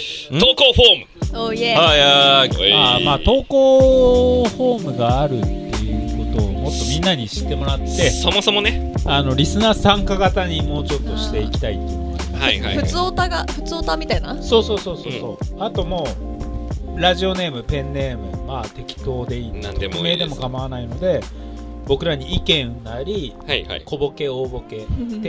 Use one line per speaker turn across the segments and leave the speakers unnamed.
投稿フォーム。
おいえ。
はいはい。
あーまあ投稿フォームがあるっていうことをもっとみんなに知ってもらって
そもそもね。
あのリスナー参加型にもうちょっとしていきたいっていう
はいはい。
普通オタが、普通オタみたいな。
そうそうそうそうそう、あともうラジオネームペンネームまあ適当でいい
何でもいい
匿名
で
ですも構わないので僕らに意見なり
はいはい。
小ボケ大ボケテ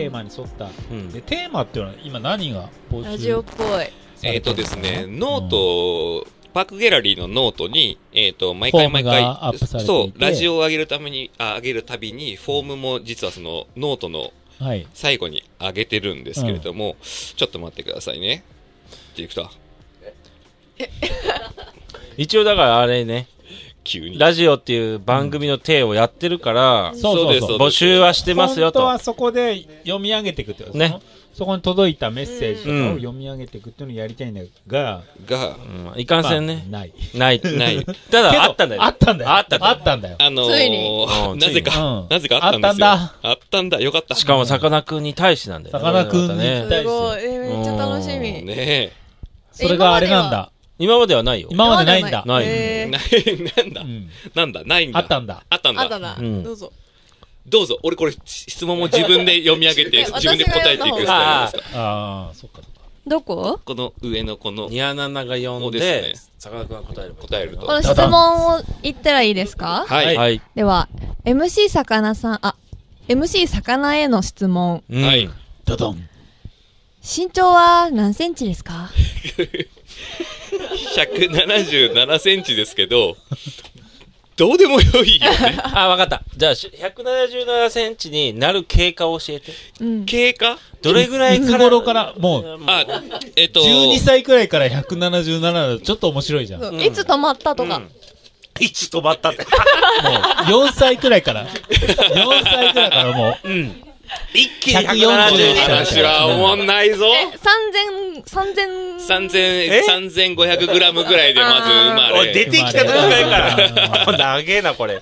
ーマに沿った
うん
でテーマっていうのは今何が募集
ラジオっぽい。
さ
え
れ
っ、
て
と
るん
です
か
ね、ノート、パークギャラリーのノートに、えっ、と、毎回毎回
フォームがアップされていて
そう、ラジオを上げるために、あ上げるたびに、フォームも実はそのノートの
はい
最後に上げてるんですけれども、ちょっと待ってくださいね。ディレクター、
一応だからあれね、
急に。
ラジオっていう番組の体をやってるから、
そうそうそう
募集はしてますよ
本当
と
は。そこで読み上げていくってこと
ね
そのそこに届いたメッセージとか
う
を
ん
読み上げていくっていうのをやりたいんだが、
が、
うんいかんせんね。
まあない。
ない。
ない。
た
けど
だ、あったんだよ。
あったんだよ。
あったんだ
あ
よ
ったんだよ。
あのー
ついに
うん
なぜ
う
か
ん、
なぜかあったんですよ。
あったん
あったんだ。よかった。
しかも、さかなクンに対してなんだよね。
さかなクンに
これがまたね。
すごい。えめっちゃ楽しみ。
ね
それがあれなんだ。
今まではないよ。
今までないんだ。
今までない
え。
え
な
ー
い、なんだ、
うん
なんだ、ないんだ。
あったんだ。
あったんだ。
あだな。
うん
どうぞ。
どうぞ、俺これ質問も自分で読み上げて
ね、
自分で答えていくスタイルですか。
ああ、そっかそっか。
どこ
この上のこの、
ニアナナが
そ
呼ん
うで、
ですさかなクンが答える。
答えると
この質問を言ったらいいですか
はい。
はい。
では、MC さかなさん、あ、MC さかなへの質問。
うん
はい。
ドドン。
身長は何センチですか
177センチですけど、どうでもよいよ ね。
あ、わかった。じゃあ、し177センチになる経過を教えて。
うん。
経過
どれぐらい
い
か
つ
ら
頃から、もう、
あ、えっと、
12歳くらいから177だとちょっと面白いじゃん。もう、
そういつ止まったとか。
いつ止まったって。
4歳くらいから。4歳くらいからもう、
うん。一気
に
に
140歳
170
話は思んないぞ。
え、3000、3000、
3000、3500グラムぐらいでまず生ま
おい出
れ。
てきたとこがいから。もう長えな、これ。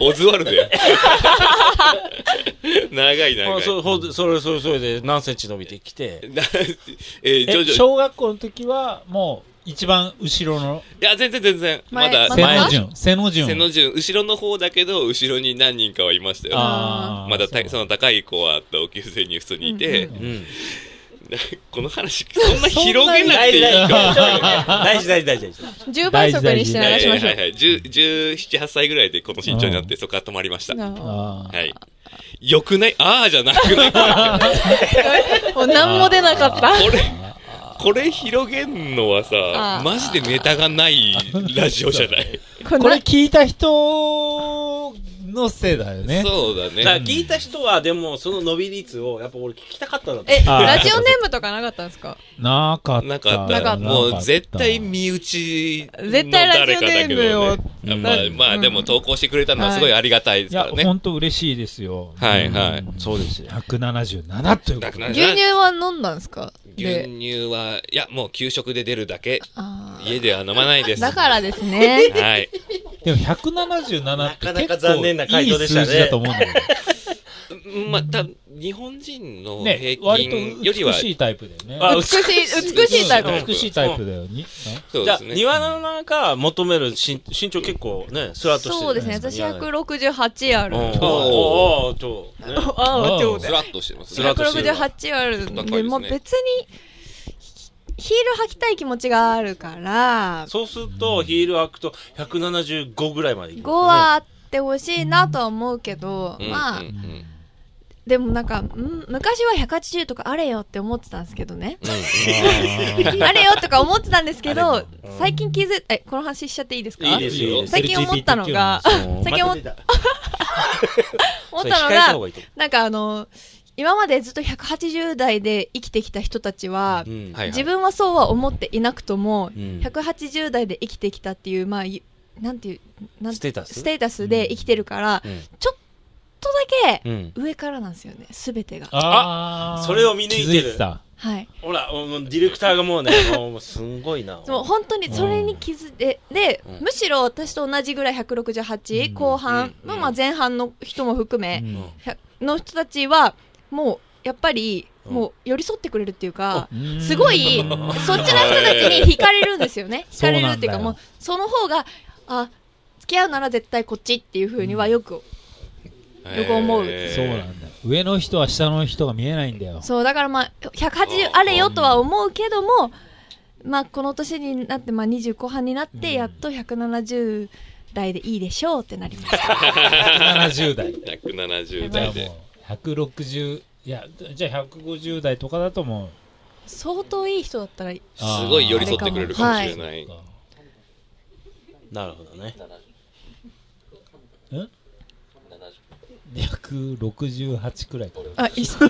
オズワルド や。長い長い。
そう、ほんそれ、それ、それで何センチ伸びて きて。
なえー徐
え
々に。い
小学校の時は、もう、一番後ろの、
や、全然全然。ま
前
だ、
ま
背
だ
の順。背の順。
背の順、後ろの方だけど、後ろに何人かはいましたよ。
あー
まだたその高い子は同級生に普通にいて、
うん。
この話、そんな広げなくていい
大事、
かも。
大事、大事、大事。
10倍速にして
は
流
い
し
は
ま
い
しょ
は
う
い。はい、17、8歳ぐらいでこの身長になって、そこから止まりました。は
な あ
あー
い。よくないああじゃなくないこ
もう何も出なかった。
れ、これ広げんのは
あ
さ
ー、
マジでネタがないラジオじゃない。
こ
これ
れな、
聞いた人のせいだよね。
そうだ
だから
ね。
聞いた人は、でも、その伸び率を、やっぱ俺聞きたかったんだと思う。
え、
あー
ラジオネームとかなかったんですか
なかった。
なかっ
なか
た。
った
もう絶対身内の
絶対ラジ
誰
オ
かだけ
ネームを
どね。まあ
うん
まあでも投稿してくれたのはすごいありがたいで
い
すか
や、
らね。
ほんと嬉しいですよ。
はいはい。
そうですよ。
177ということで。
なくなる
牛乳は飲んだんですか
牛
で、
乳は、いや、もう給食で出るだけ。
あ
家では飲まないで
ー
す。
だからで すね。
はい。
でも177って
なかなか
結
残
構
念な回
いい
答でしたね
数字だと思うんだけ
まあ、た日本人の
ど。ね
平、
割
均
と
よりは
美、しいタイプだよね。
あ
美しい、美しいタイプ。
美しいタイプだよ。に
そう
じ
で
ゃあ、
すね。
庭の中求める身身長結構ね、スラッとしてる。
そうですね。私
庭の中
168ある。
う ん
そう
おーおーと、ね
ああ、ちょう
ス
だ。
ラッとしてます
スラッとしてる
168あるん
高い
で、
ですね
まあ別に、ヒール履きたい気持ちがあるから、
そうすると、ヒール開くと175ぐらいまでいく、
5はあってほしいなとは思うけど、
うん
まあ
うんう、ん
でもなんか、ん昔は180とかあれよって思ってたんですけどね。あれよとか思ってたんですけど、最近気づい、え、この話しちゃっていいですか
いいですよ。いいです
最近思ったのが、
よ
最近思っ
また出た
思っ
そ
た
れ控えた
の
方
が、
がいいと思
なんかあの、今までずっと180代で生きてきた人たちは
う、うん
はい
自分はそうは思っていなくとも、
ん
180代で生きてきたっていう、まあ、ゆなんていう、なん
ステータス
ステータスで生きてるから、
うん
ちょっとだけ、
うん
上からなんですよね、すべてが。
あー
それを見抜いてる
気づた
はい。
ほら、もうディレクターがもうね、もうすんごいな。
もう本当にそれに気づいて、で、
うん
むしろ私と同じぐらい168、
うん
後半、
うん
まあまあ前半の人も含
う
め、
ん
100の人たちはもうやっぱりもう寄り添ってくれるっていうか、
うん
すごい、 そっちの人たちに惹かれるんですよね。惹
そう
かれ
なんだよ
るっていうか、もう、その方が、あ、付き合うなら絶対こっちっていうふうにはよく、よく思う
そうなんだよ上の人は下の人が見えないん だよ
そう、だからまあ、180あれよとは思うけども、まあ、この年になって、まあ、20後半になって、やっと170代でいいでしょうってなりました。
70
170
代じゃ
代
あ
で
もう160いやじゃあ150代とかだともう
相当いい人だったら、
すごい寄り添ってくれるかもしれない
そうか
なるほどね。
ん168くらいかな
あ、一緒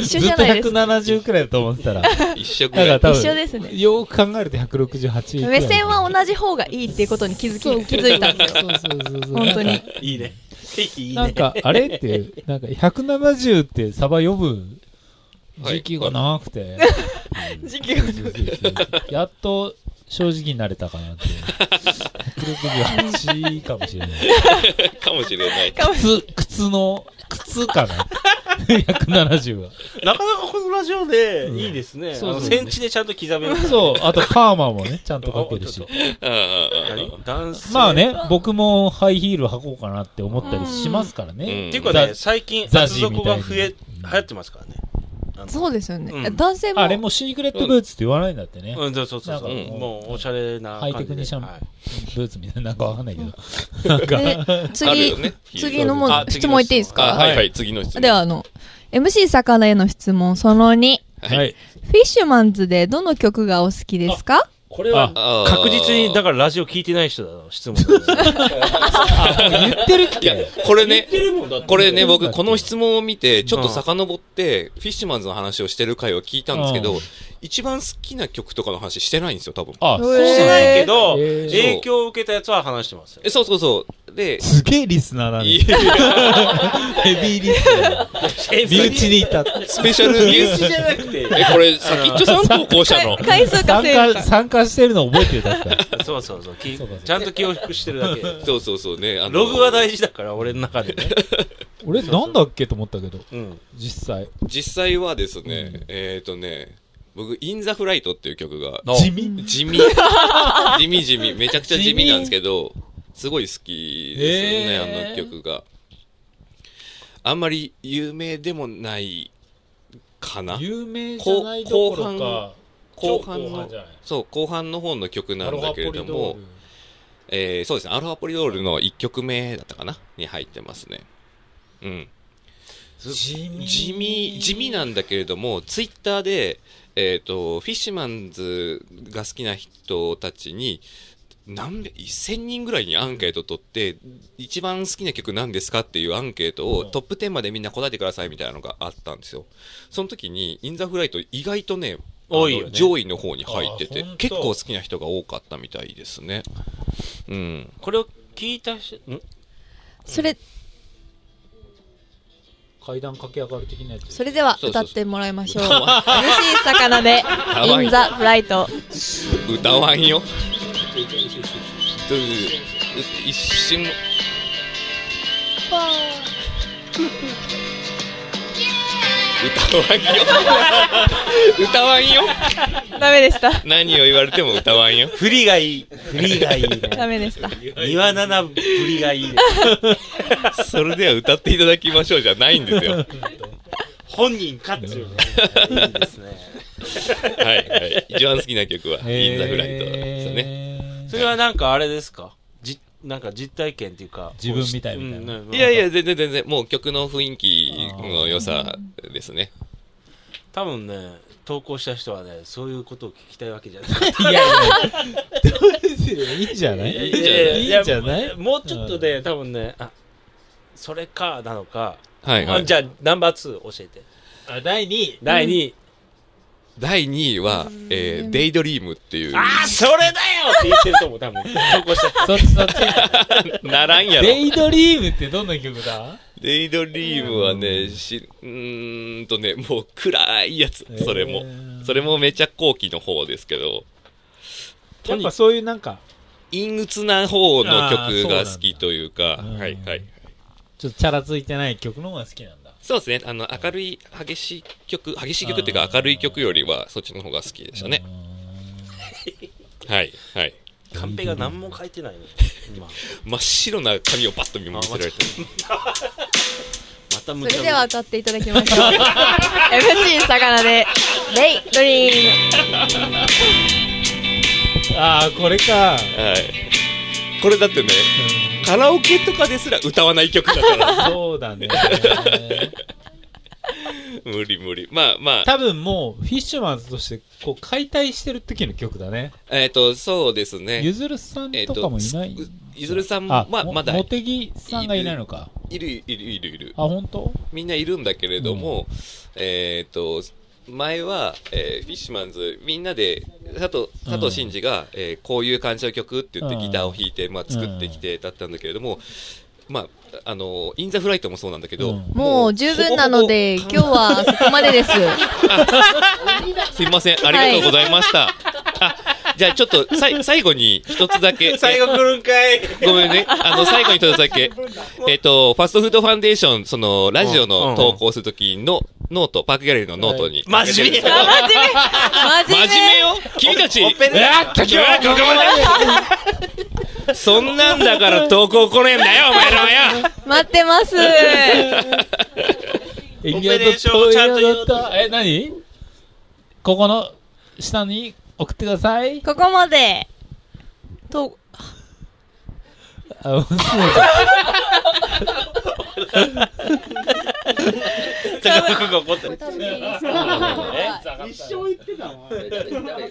一緒じゃないです
ずっと。170くらいだと思っ てたらだか
一緒ぐら
ら
い
多分
一緒ですね
よく考えると168くらい
目線は同じ方がいいっていうことに気づき、気づいたんですよ。
そうそうそう
本当に。
いいね。いい
なんか、あれっていう、なんか、170ってサバ呼ぶ時期が長くて、
時期が
そうそうそうやっと正直になれたかなって。168かもしれない。
かもしれ ない
靴、靴の、靴かな ?170 は。
なかなかこのラジオで
うん
いいですね。
そうそう
あのセンチでちゃんと刻める。
そう、あとパーマもね、ちゃんとかける
ち
し
ょっ。
うんうんうん
何ダンス。
まあ。ね、僕もハイヒール履こうかなって思ったりしますから
うん
ね。
っていうか
ザ
ね、最近、
ザ
厚
ジーみ
底
たい
が
に
増え、流行ってますからね。
そうですよね。
うん
男性も。
あれもシークレットブーツって言わないんだってね。
うん、そうそうそうそう。
なん
か
もう、おしゃれな感じで。
ハイテクにシャンプー
はい
ブーツみたいな、なんかわかんないけど。
で
ある
次
よ、ね
次のも
あ
う質問いっていいです
あ
か
はいはい次の質問
では、あの、MC 魚への質問、その2。
はい
はい。
フィッシュマンズでどの曲がお好きですか
これは
あー
確実に、だからラジオ聞いてない人だな、 質問だね。
言ってるっ
いや
け
これねこれね、
だっ
僕、
て
この質問を見て、ちょっと遡って、フィッシュマンズの話をしてる回を聞いたんですけ
う
ど
ん、
一番好きな曲とかの話してないんですよ、多分。
あ、そう
えー
してないけど、
えー
影響を受けたやつは話して ますよ
え、。そうそうそう。で、
すげえリスナーだ
い
ね。
い
ヘビーリスナー。身内にいた。
スペシャル ゲスト。
じゃなくて、
え、これ、先っちょさん投稿者の。
回数
参
稼い
加、
か。
参加してるの覚えてるだから。
そうそうそう。き
そうかそうか
ちゃんと記憶してるだけ。
そうそうそうね。あの
ログは大事だから、俺の中 でね。
俺、なんだっけと思ったけど、
うん。
実際。
実際はです
う
ね
ん、
えっとね、僕、インザフライトっていう曲が、
地味。
地味。地味地味。めちゃくちゃ地味なんですけど、すごい好きですよね、
えー
あの曲が。あんまり有名でもないかな。
有名じゃないどころか、
後半
超
の
じゃない
そう、後半の方の曲なんだけれども、、えーそうですね、アルファポリドールの1曲目だったかなに入ってますね。うん。
地味。
地味、地味なんだけれども、ツイッターで、えっ、と、フィッシュマンズが好きな人たちに、何百、1000人ぐらいにアンケート取って、一番好きな曲何ですかっていうアンケートを
うん
トップ10までみんな答えてくださいみたいなのがあったんですよ。その時に、インザフライト意外とね、あの
多いよね
上位の方に入って
あ
て
ほんと、
結構好きな人が多かったみたいですね。うん。
これを聞いた人、ん
それ、
階段駆け上がる的なやつ。
それでは
そうそうそ
歌
う
ってもらい ましょう。MC 魚で、
ばい
In the Flight。
歌わんよ。という一瞬、歌わん よ。歌わんよ。
ダメでした。
何を言われても歌わんよ。
振りがいい。振りがいいね。
ダメでした。
庭七振りがいいね。
それでは歌っていただきましょうじゃないんですよ。は
本人かって いうね。いいですね。
い、はい。一番好きな曲は、
へー
インザフライトですよね。
それはなんかあれですかじ、なんか実体験っていうか。
自分みたいみたいな
うん
いやい。や、全然全然、もう曲の雰囲気の良さですね。
多分ね、投稿した人はね、そういうことを聞きたいわけじゃない。
いやいや、どうせいいんじゃ ないいいんじゃないいいんじゃない
もうちょっとで、多分ね、あ、それか、なのか。
はい、は
あ
い。
じゃあ、ナンバー2教えて。
あ第2位。
第2位。
第2位は、えー、デイドリームっていう。
ああ、それだよって言ってると思う、多分。投稿した人。
そっちそっち。
ならんやろ。
デイドリームってどんな曲だ
デイドリームはね、し、うーんとね、もう暗いやつ、それも
え。ー
それもめちゃ後期の方ですけど、と
やっ
に
ぱそういうなんか、
陰鬱な方の
あー
曲が好きというか、
そうなんだ
はいはい。
ちょっとチャラついてない曲の方が好きなんだ。
そうですね。あの、明るい、激しい曲、激しい曲っていう
あ
か
ー
明るい曲よりは、そっちの方が好きでしたね。はい、はい。
カンペが何も書いてないね今
真っ白な紙をパッと見見せられて。
また
そ
無
れでは歌っていただきましょう。MC 魚で、レイドリーム。
あーこれか
はい。これだってね、カラオケとかですら歌わない曲だ から。
そうだね
無理無理。まあまあ、
多分もうフィッシュマンズとしてこう解体してる時の曲だね
えっ、と、そうですね。
ゆずるさん
えっ
とかもいない、
つゆずるさん
あ
は、まあ
も
まだ
茂木さんがいないのか
いるいるいるいる
あ。本当
みんないるんだけれども、えっ、と、前は、えーフィッシュマンズ、みんなで、佐藤、佐藤真二が、えーこういう感じの曲って言って
うん
ギターを弾いて、まあ作ってきてだったんだけれども、まあ、あの、インザフライトもそうなんだけど、
うん
もう十分なので、今日はそこまでです。
すいません、ありがとうございました。あじゃあちょっとさい最後に一つだけ。
最後来るんかい
ごめんね。あの、最後に一つだ け。えっと、ファストフードファンデーション、その、ラジオ
うんう
の
ん
投稿するときの、ノート、パークギャラリーのノートに。
真面目
あ真面目
真面目よ君たち
おっぺね
やった今日ここまでそんなんだから投稿来ねえんだよ、お前らはよ
待ってます。
エ
オペレーションをちゃんと言うと
え、何ここの下に送ってください。
ここまで。と、
あ、もうすぐ
全国が怒ってる
食べていいですか
一生言ってたもん。